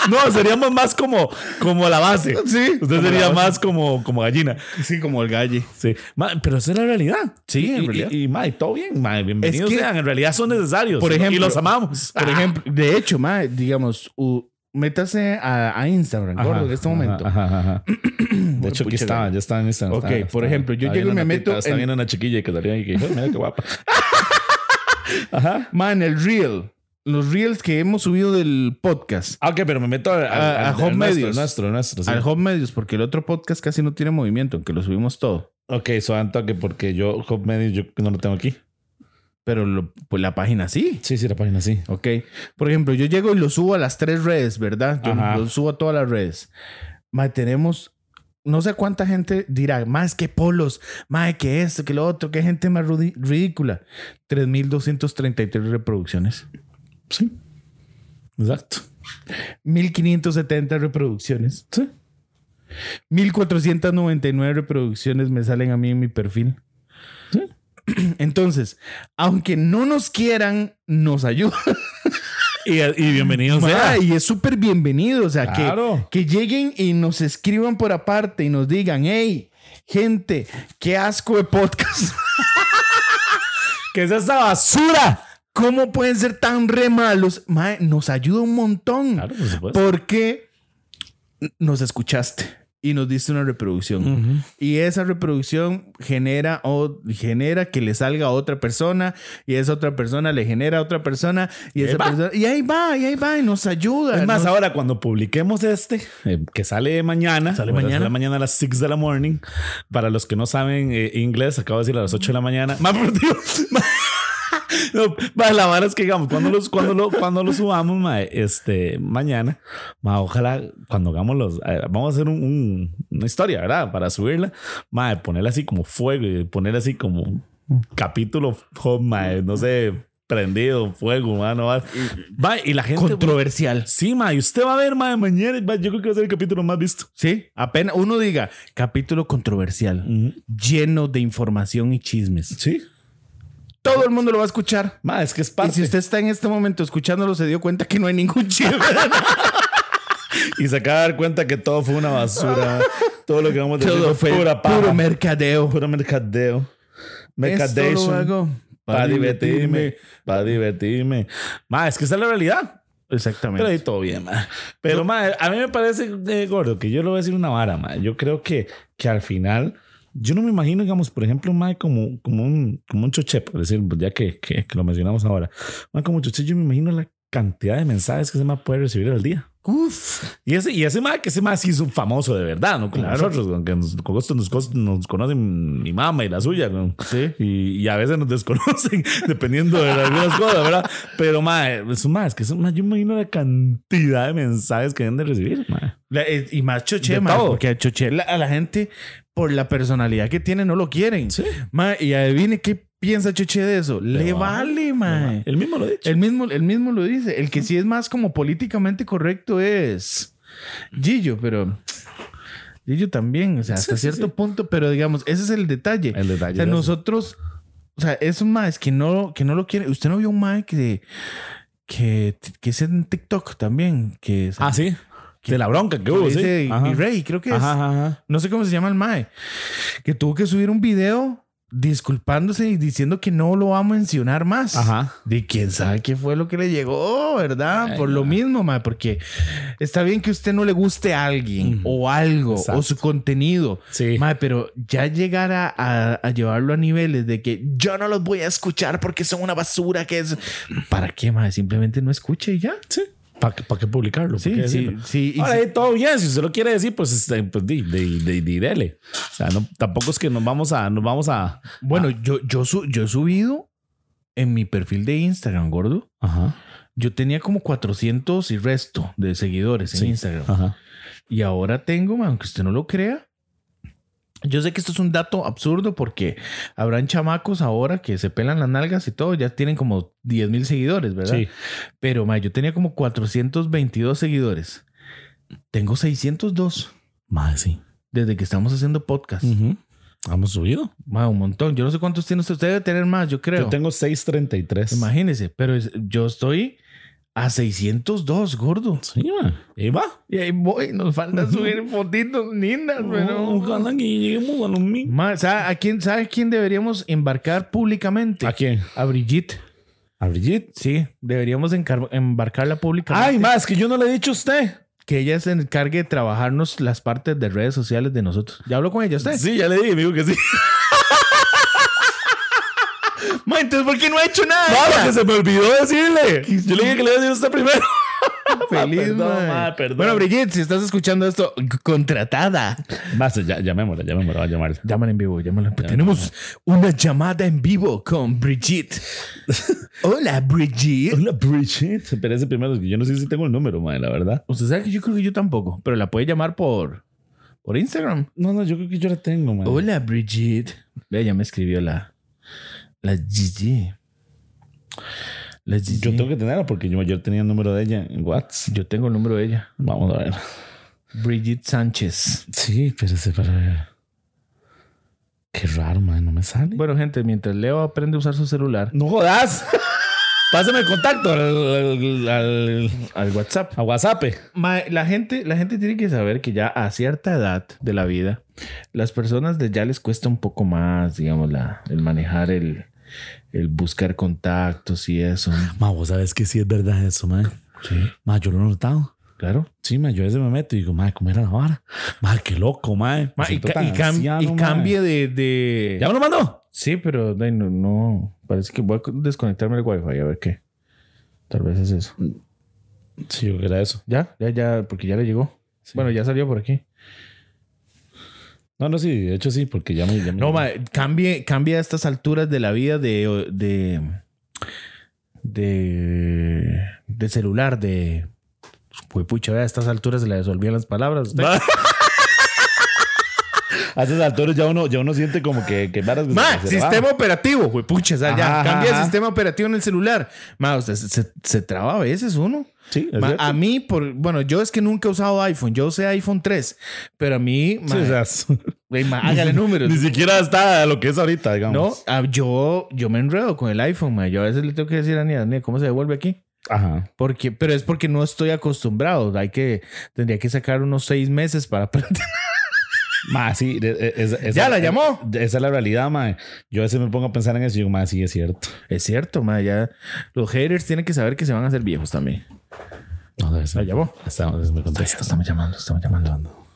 S1: No, seríamos más como, como la base.
S2: Sí.
S1: Usted sería más como, como gallina.
S2: Sí, como el galle.
S1: Sí. Ma, pero esa es la realidad.
S2: Sí,
S1: Y-
S2: en
S1: y-
S2: realidad.
S1: Y, ma, y todo bien, ma, bienvenidos
S2: Es que-
S1: sean. En realidad son necesarios.
S2: Por ejemplo-
S1: Y los amamos.
S2: Por
S1: Ah.
S2: ejemplo, de hecho, mae, digamos, u- métase a, a Instagram,
S1: Ajá,
S2: gordo, en este
S1: ajá,
S2: momento.
S1: ajá, *clears throat* ajá. De hecho,
S2: Pucha,
S1: aquí estaba, ya estaba en Instagram.
S2: Ok,
S1: estaba-
S2: por
S1: estaba-
S2: ejemplo, yo
S1: estaba
S2: llego y
S1: viendo
S2: me
S1: una
S2: meto
S1: tita- Estaba
S2: en-
S1: viendo una chiquilla que salía y que "Ay, mira qué guapa. Ajá.
S2: Mae, en el reel, los reels que hemos subido del podcast.
S1: *laughs* Ah, ok, pero me meto al, al-
S2: A- a
S1: al-
S2: Home
S1: al nuestro,
S2: Medios.
S1: al Nuestro, al nuestro, sí.
S2: Al Home Medios, porque el otro podcast casi no tiene movimiento, aunque lo subimos todo.
S1: Ok, soy que porque yo Home Medios yo no lo tengo aquí.
S2: Pero lo- pues la página sí.
S1: Sí, sí, la página sí.
S2: Ok. Por ejemplo, yo llego y lo subo a las tres redes, ¿verdad? Yo
S1: Ajá.
S2: lo subo a todas las redes. Ma, tenemos. No sé cuánta gente dirá, más que polos, más que esto, que lo otro, que gente más rudi- ridícula. 3.233 reproducciones.
S1: Sí. Exacto.
S2: 1.570 reproducciones.
S1: Sí.
S2: 1.499 reproducciones me salen a mí en mi perfil.
S1: Sí.
S2: *clears throat* Entonces, aunque no nos quieran, nos ayudan.
S1: Y, y bienvenidos
S2: Ma,
S1: sean.
S2: y es súper bienvenido. O sea,
S1: Claro.
S2: que, que lleguen y nos escriban por aparte y nos digan, hey, gente, qué asco de podcast. *laughs*
S1: ¿Qué es esa basura?
S2: ¿Cómo pueden ser tan re malos? Ma, nos ayuda un montón.
S1: Claro, por
S2: pues.
S1: supuesto.
S2: Porque nos escuchaste y nos diste una reproducción.
S1: Ujú.
S2: Y esa reproducción genera, o, genera que le salga a otra persona y esa otra persona le genera a otra persona y,
S1: Y ahí
S2: esa
S1: va.
S2: persona- y ahí va, y ahí va, y nos ayuda.
S1: Es más,
S2: nos-
S1: ahora cuando publiquemos este, eh, que sale mañana,
S2: Sale
S1: bueno,
S2: mañana.
S1: sale mañana a las 6 de la morning, para los que no saben eh, inglés, acabo de decir a las 8 de la mañana. *laughs* Más por Dios. ma- No, ma, la vara es que digamos, cuando, los, cuando, lo, cuando lo subamos ma, este, mañana, ma, ojalá cuando hagamos los, eh, vamos a hacer un- un- una historia, ¿verdad? Para subirla, ma, ponerla así como fuego y poner así como capítulo, oh, ma, no sé, prendido, fuego, ma, no va. Va, y la gente... pues,
S2: controversial.
S1: Sí, ma, y usted va a ver, ma, mañana. ma, yo creo que va a ser el capítulo más visto.
S2: Sí, apenas uno diga capítulo controversial, lleno de información y chismes.
S1: Sí.
S2: Todo el mundo lo va a escuchar.
S1: Ma, es que es
S2: Y
S1: parte.
S2: si usted está en este momento escuchándolo, se dio cuenta que no hay ningún chisme.
S1: Y se acaba de dar cuenta que todo fue una
S2: *laughs*
S1: basura. todo lo que vamos a decir
S2: *laughs* Todo
S1: fue
S2: fue
S1: pura paja.
S2: puro mercadeo.
S1: puro mercadeo.
S2: Esto lo
S1: Mercadation.
S2: hago
S1: Para divertirme. Para divertirme. Ma, es que esa es la realidad. Pero ahí
S2: Exactamente.
S1: todo bien, ma. Pero, ma, a mí me parece, eh, gordo, que yo le voy a decir una vara, ma. Yo creo que, que al final, yo no me imagino, digamos, por ejemplo, ma, como, como, un, como un choche, por decir, pues, ya que, que, que lo mencionamos ahora. Ma, como choche, yo me imagino la cantidad de mensajes que ese ma puede recibir al día.
S2: Uf.
S1: Y ese, y ese ma, que ese ma sí es un famoso de verdad, ¿no? Como
S2: Claro.
S1: nosotros, con que nos, con nosotros nos, cos- nos conocen mi mamá y la suya, ¿no?
S2: Sí.
S1: Y, y a veces nos desconocen *laughs* dependiendo de algunas cosas, ¿verdad? Pero, mae, eso más, que eso más, yo me imagino la cantidad de mensajes que deben de recibir, mae.
S2: La- eh, y más Choche,
S1: De
S2: ma,
S1: todo.
S2: porque a Choche la- a la gente, por la personalidad que tiene, no lo quieren. Ma, y adivine qué piensa Choche de eso? Le vale, mae.
S1: El mismo lo ha dicho.
S2: El mismo, el mismo lo dice. El que sí es más como políticamente correcto es Gillo, pero Gillo también, o sea, hasta
S1: Sí, sí,
S2: cierto
S1: sí.
S2: punto, pero digamos, ese es el detalle.
S1: El detalle
S2: O sea,
S1: de eso.
S2: nosotros, o sea, es un mae que no, que no lo quiere. Usted no vio un mae que, que, que es en TikTok también, que es
S1: ah, sí. De la bronca que
S2: que
S1: hubo,
S2: dice
S1: sí. Ajá.
S2: mi rey, creo que es.
S1: Ajá, ajá, ajá.
S2: No sé cómo se llama el mae, que tuvo que subir un video disculpándose y diciendo que no lo va a mencionar más.
S1: Ajá.
S2: De quién sabe qué fue lo que le llegó, ¿verdad?
S1: Ay,
S2: Por lo
S1: ma.
S2: mismo, mae, porque está bien que usted no le guste a alguien o algo o
S1: Exacto.
S2: su contenido.
S1: Sí.
S2: Mae, pero ya llegar a, a- a llevarlo a niveles de que yo no los voy a escuchar porque son una basura que es. ¿Para qué, mae? Simplemente no escuche y ya.
S1: Sí. ¿Para qué, pa' qué publicarlo?
S2: Sí,
S1: ¿Por qué
S2: sí,
S1: decirlo?
S2: sí, y
S1: Ahora,
S2: sí.
S1: ahí todo bien. Si usted lo quiere decir, pues, este, pues di, di, di- di- dele. O sea, no, tampoco es que nos vamos a, nos vamos a.
S2: Bueno,
S1: Ah.
S2: yo, yo, su- yo he subido en mi perfil de Instagram, gordo.
S1: Ajá.
S2: Yo tenía como 400 y resto de seguidores en
S1: Sí.
S2: Instagram.
S1: Ajá.
S2: Y ahora tengo, man, aunque usted no lo crea. Yo sé que esto es un dato absurdo porque habrán chamacos ahora que se pelan las nalgas y todo, ya tienen como 10 mil seguidores, ¿verdad?
S1: Sí.
S2: Pero, man, yo tenía como 422 seguidores. Tengo 602
S1: Madre, sí.
S2: desde que estamos haciendo podcast.
S1: Ujú. Hemos subido.
S2: Man, un montón. Yo no sé cuántos tiene usted. Usted debe tener más, yo creo.
S1: Yo tengo 633.
S2: Imagínese, pero es- yo estoy a 602, gordo.
S1: Sí, ma. Ahí va.
S2: Y ahí voy,
S1: *laughs*
S2: nos falta subir fotitos lindas,
S1: Bueno, ojalá que lleguemos a los mil.
S2: Más, ¿sabe, a quién, ¿Sabe quién deberíamos embarcar públicamente?
S1: ¿A quién?
S2: A Brigitte.
S1: ¿A Brigitte?
S2: Sí, deberíamos encar- embarcarla públicamente.
S1: Ay, más que yo no le he dicho a usted.
S2: Que ella se encargue de trabajarnos las partes de redes sociales de nosotros. ¿Ya habló con ella usted?
S1: Sí, ya le dije, me dijo que *laughs* sí.
S2: Ma, entonces, ¿por qué no ha hecho nada?
S1: No, que se me olvidó decirle. Yo le dije que le iba a decir a usted primero. *laughs*
S2: Feliz,
S1: Perdón,
S2: Ah, ma.
S1: ma, perdón.
S2: Bueno, Brigitte, si estás escuchando esto, c- contratada.
S1: Más, ya, llamémosla, llamémosla, va a llamar.
S2: Llámala en vivo, llámala. Tenemos una llamada en vivo con *laughs* Brigitte. Hola, Brigitte.
S1: Hola, Brigitte. Pero ese primero, que yo no sé si tengo el número, madre, la verdad.
S2: Usted sabe que yo creo que yo tampoco, pero la puede llamar por, por Instagram.
S1: No, no, yo creo que yo la tengo, madre.
S2: Hola, Brigitte. Vea, ya me escribió la, la Gigi. La Gigi.
S1: Yo tengo que tenerla porque yo ayer tenía el número de ella en WhatsApp.
S2: Yo tengo el número de ella.
S1: Vamos a ver.
S2: Brigitte Sánchez.
S1: Sí, espérese para ver. Qué raro, madre, no me sale.
S2: Bueno, gente, mientras Leo aprende a usar su celular
S1: No jodas. Pásame el contacto al, al- al-
S2: al WhatsApp.
S1: a WhatsApp.
S2: Ma- la, gente, la gente tiene que saber que ya a cierta edad de la vida, las personas de ya les cuesta un poco más, digamos, la, el manejar el, el buscar contactos y eso.
S1: Ma, vos sabes que sí es verdad eso, madre.
S2: Sí,
S1: Ma, yo lo he notado.
S2: claro.
S1: Sí, ma, yo a veces me meto y digo, madre, ¿cómo era la vara? Madre, qué loco, madre.
S2: Ma, y, ca- y cam- y cambie de... de-
S1: ¿Ya me lo mandó?
S2: Sí, pero de- no, no. Parece que voy a desconectarme el wifi a ver qué. Tal vez es eso.
S1: Sí, yo creo que era eso.
S2: Ya, ya, ya, porque ya le llegó. Bueno, ya salió por aquí.
S1: No, no, sí, de hecho sí, porque ya me. ya me-
S2: No, ma, cambie, cambie a estas alturas de la vida de. de. de, de celular, de. Pues pucha, vea, a estas alturas se le desolvían las palabras. usted.
S1: Ma. *laughs* A esas alturas ya uno, ya uno siente como que, que varas que se-
S2: Ma,
S1: se
S2: sistema
S1: traban.
S2: operativo, güey, pucha, o sea, ya,
S1: Ajá,
S2: cambia el
S1: ajá.
S2: sistema operativo en el celular. Ma, usted se, se- se traba a veces uno.
S1: Sí, es
S2: Ma, ah,
S1: cierto.
S2: a mí, por, bueno, yo es que nunca he usado iPhone, yo usé iPhone 3, pero a mí, ma,
S1: Sí, o sea,
S2: *laughs* güey, ma, hágale
S1: *laughs*
S2: números.
S1: Ni siquiera está lo que es ahorita, digamos.
S2: No, ah, yo, yo me enredo con el iPhone, ma. yo a veces le tengo que decir a Nia, "Nia, ¿cómo se devuelve aquí?
S1: Ajá.
S2: Porque, pero es porque no estoy acostumbrado. Hay que, tendría que sacar unos seis meses para *laughs* aprender.
S1: Ma, sí. de- e- esa- esa-
S2: ¿Ya la llamó?
S1: Esa es la realidad, ma. Yo a veces me pongo a pensar en eso y digo, ma, sí, es cierto.
S2: Es cierto, ma, ya los haters tienen que saber que se van a hacer viejos también.
S1: No, a veces
S2: ¿La
S1: me-
S2: llamó?
S1: Está- a veces me contesta.
S2: Estamos llamando, estamos llamando.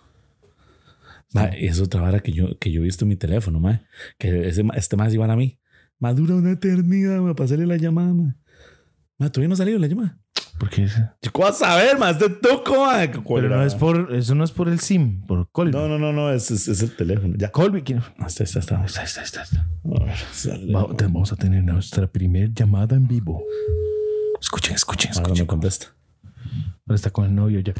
S1: Ma, y es otra vara que yo, que yo he visto en mi teléfono, ma. Que ese, ma- este más igual a mí. Ma, dura una eternidad, ma, para hacerle la llamada, ma. Ma, todavía no ha salido la llamada.
S2: ¿Por qué?
S1: Yo, ¿Cómo vas a saber, ma? Este toco, ma.
S2: Pero no es por, eso no es por el SIM, por Colby.
S1: No, no, no, no, es, es, es el teléfono. Ya.
S2: Colby, ¿quién?
S1: Ah, Está, está, está.
S2: Está, está, está, está.
S1: A ver, sale.
S2: Va- te- vamos a tener nuestra primera llamada en vivo. Escuchen, escuchen,
S1: Ahora
S2: escuchen.
S1: me contesta.
S2: Ahora está con el novio ya.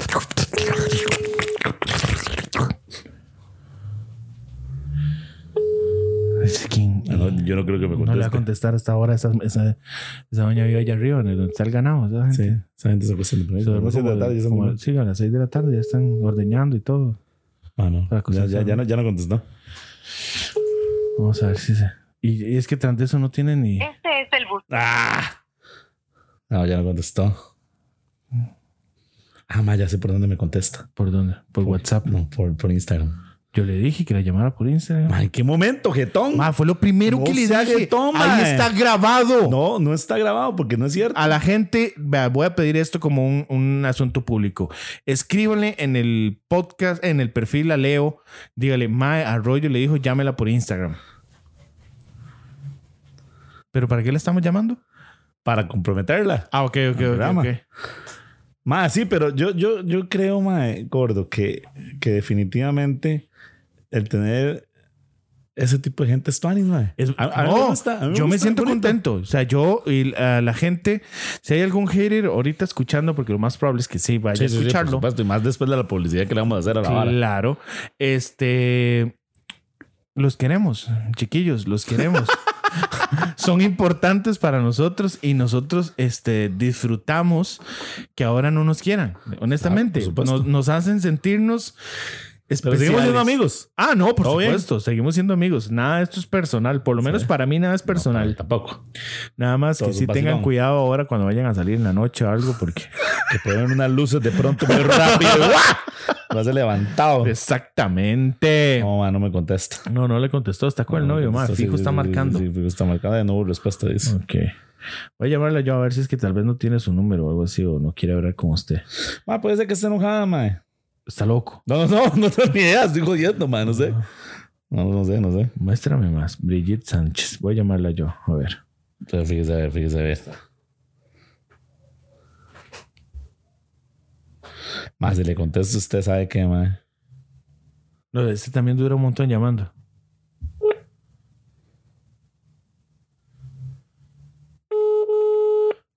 S2: ¿Es quién?
S1: El novio yo Ah, no creo que me
S3: No le va a
S1: conteste.
S3: contestar hasta ahora. Esa, esa, esa doña vive allá arriba, donde está el ganado. esa gente.
S1: sí, esa gente se acuesta temprano.
S3: Se duerme
S1: Como
S3: como-
S1: de tarde, ya están
S3: como-
S1: dormidos.
S3: sí, a las 6 de la tarde ya están ordeñando y todo.
S1: Ah,
S3: para
S1: no. Ya, ya,
S3: acostarse.
S1: ya no, ya no contestó.
S3: Vamos a ver si se. Y, y es que tras de eso no tiene ni.
S4: Este es el bus.
S1: ¡Ah! No, ya no contestó. Ah, ma, ya sé por dónde me contesta.
S3: ¿Por dónde? Por WhatsApp.
S1: No, por, por Instagram.
S3: Yo le dije que la llamara por Instagram.
S1: Ma, ¿en qué momento, jetón?
S2: Ma, fue lo primero
S1: No
S2: que le
S1: se
S2: dije.
S1: agüitó, ma.
S2: Ahí está grabado.
S1: No, no está grabado porque no es cierto.
S2: A la gente, vea, voy a pedir esto como un, un asunto público. Escríbanle en el podcast, en el perfil a Leo. Dígale, Mae Arroyo le dijo, llámela por Instagram. ¿Pero para qué la estamos llamando?
S1: Para comprometerla.
S2: Ah, ok, ok, ok.
S1: programa.
S2: ok.
S1: Ma, sí, pero yo, yo, yo creo, ma, eh, gordo, que, que definitivamente el tener ese tipo de gente es tuanis, ma.
S3: Es-
S1: A- a mí
S2: No,
S1: gusta, a mí
S2: yo me
S1: gusta,
S2: siento
S1: bonito.
S2: contento. O sea, yo y a la gente, si hay algún hater ahorita escuchando, porque lo más probable es que sí vaya
S1: Sí,
S2: a
S1: sí, sí, por
S2: escucharlo.
S1: supuesto, y más después de la publicidad que le vamos a hacer a la hora.
S2: Claro. Este. Los queremos, chiquillos, los
S1: *laughs*
S2: queremos. Son importantes para nosotros y nosotros este, disfrutamos que ahora no nos quieran. Honestamente,
S1: Ah, por supuesto.
S2: nos, nos hacen sentirnos
S1: Pero
S2: especiales.
S1: seguimos siendo amigos.
S2: Ah, no, por
S1: Todo bien.
S2: supuesto, seguimos siendo amigos. Nada de esto es personal, por lo menos para mí nada es personal.
S1: No, tampoco.
S2: Nada más
S1: todo
S2: que
S1: es
S2: sí
S1: un vacilón.
S2: tengan cuidado ahora cuando vayan a salir en la noche o algo,
S1: *laughs*
S2: porque
S1: Que ponen unas luces de pronto muy *laughs* rápido. ¡guau! Lo hace levantado.
S2: exactamente.
S1: No, ma, no me contesta.
S3: No, no le contestó. Está con el
S1: No me
S3: novio, más.
S1: contesta,
S3: Fijo
S1: sí,
S3: está
S1: sí, sí,
S3: marcando.
S1: Sí, fijo está marcando. Ya No hubo respuesta, dice.
S3: Ok. Voy a llamarla yo a ver si es que tal vez no tiene su número o algo así o no quiere hablar con usted.
S1: Ma, puede ser que esté enojada, ma.
S3: Está loco.
S1: No, no, no tengo ni idea, estoy jodiendo, man, no sé. No, no sé, no sé.
S3: Muéstrame más. Brigitte Sánchez. Voy a llamarla yo. A ver.
S1: Pero fíjese a ver, fíjese a ver. Más si le contesto, usted sabe que, man.
S3: No, este también dura un montón llamando.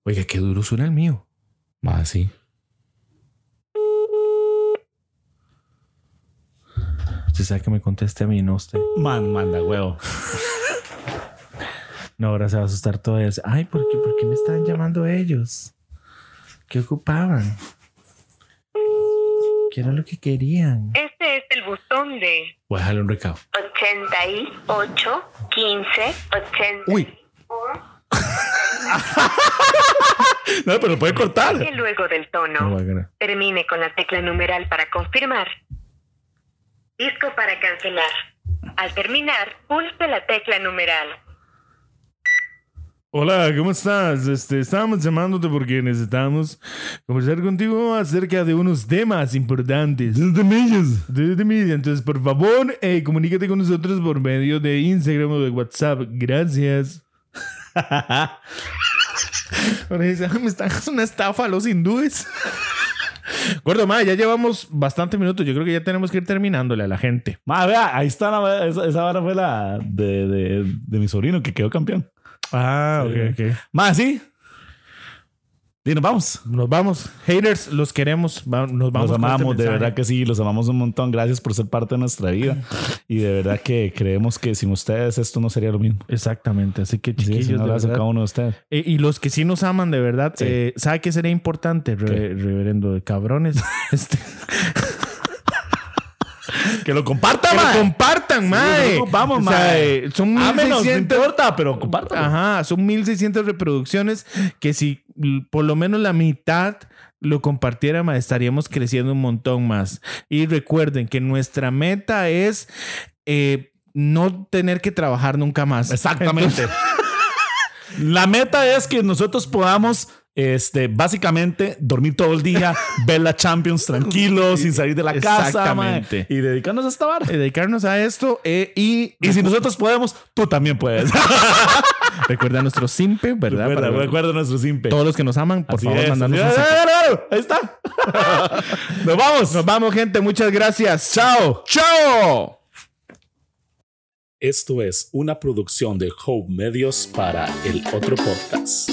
S2: Oiga, qué duro suena el mío.
S1: Más sí.
S3: Usted sabe que me conteste a mí, no usted.
S1: Man, manda huevo.
S3: No, ahora se va a asustar todo eso. Ay, ¿por qué, ¿por qué me estaban llamando ellos? ¿Qué ocupaban? ¿Qué era lo que querían?
S4: Este es el buzón de
S2: Voy a dejarle un recado.
S4: 88 15 80.
S2: Uy,
S1: No, pero puede cortar.
S4: Que luego del
S3: No,
S4: tono
S3: va a ganar.
S4: termine con la tecla numeral para confirmar. Disco para cancelar. Al terminar, pulse la tecla numeral.
S3: Hola, ¿cómo estás? Este, estábamos llamándote porque necesitábamos conversar contigo acerca de unos temas importantes. Desde millas. Desde millas. Entonces, por favor, eh, comunícate con nosotros por medio de Instagram o de WhatsApp. Gracias.
S2: *laughs* Ahora dice, "Ay, me están haciendo una estafa a los
S3: *laughs*
S2: hindúes. Gordo, ma, ya llevamos bastante minutos. Yo creo que ya tenemos que ir terminándole a la gente.
S1: Ma, vea, ahí está la- esa, esa vara fue la de, de, de mi sobrino que quedó campeón.
S2: Ah,
S1: ok, Más sí. Y nos vamos.
S2: Nos vamos. Haters, los queremos. Va- Nos vamos.
S1: Los
S2: con este
S1: amamos, de
S2: mensaje.
S1: verdad que sí, los amamos un montón. Gracias por ser parte de nuestra vida. Y de verdad que creemos que sin ustedes esto no sería lo mismo.
S3: Exactamente. Así que,
S1: Sí,
S3: chiquillos,
S1: un
S3: de
S1: abrazo a
S3: verdad,
S1: cada uno de ustedes.
S2: Eh, y los que sí nos aman de verdad, eh, ¿sabe qué sería importante, re-
S1: ¿Qué?
S2: reverendo
S1: *laughs*
S2: de cabrones? Este,
S1: Que lo compartan,
S2: que lo compartan, mae.
S1: lo compartamos, mae.
S2: eh, Son
S1: menos, no
S2: 1600
S1: importa, pero compartan.
S2: Ajá, son 1600 reproducciones que si l- por lo menos la mitad lo compartiera, ma, estaríamos creciendo un montón más. Y recuerden que nuestra meta es eh, no tener que trabajar nunca más.
S1: Exactamente. La meta es que nosotros podamos, este, básicamente, dormir todo el día, ver la Champions tranquilos, sin salir de la casa, mae,
S2: Exactamente.
S1: y dedicarnos a esta vara.
S2: Eh, dedicarnos a esto eh, y,
S1: Y si nosotros podemos, tú también puedes.
S2: *laughs* recuerda nuestro simpe, ¿verdad?
S1: Recuerda,
S2: Para-
S1: recuerda nuestro simple.
S2: Todos los que nos aman, por
S1: Así
S2: favor,
S1: es,
S2: mandanos
S1: así
S2: un
S1: es.
S2: simpe.
S1: Ahí está. Nos vamos.
S2: Nos vamos, gente. Muchas gracias. Chao. Chao.
S1: Esto es una producción de Hope Medios para el otro podcast.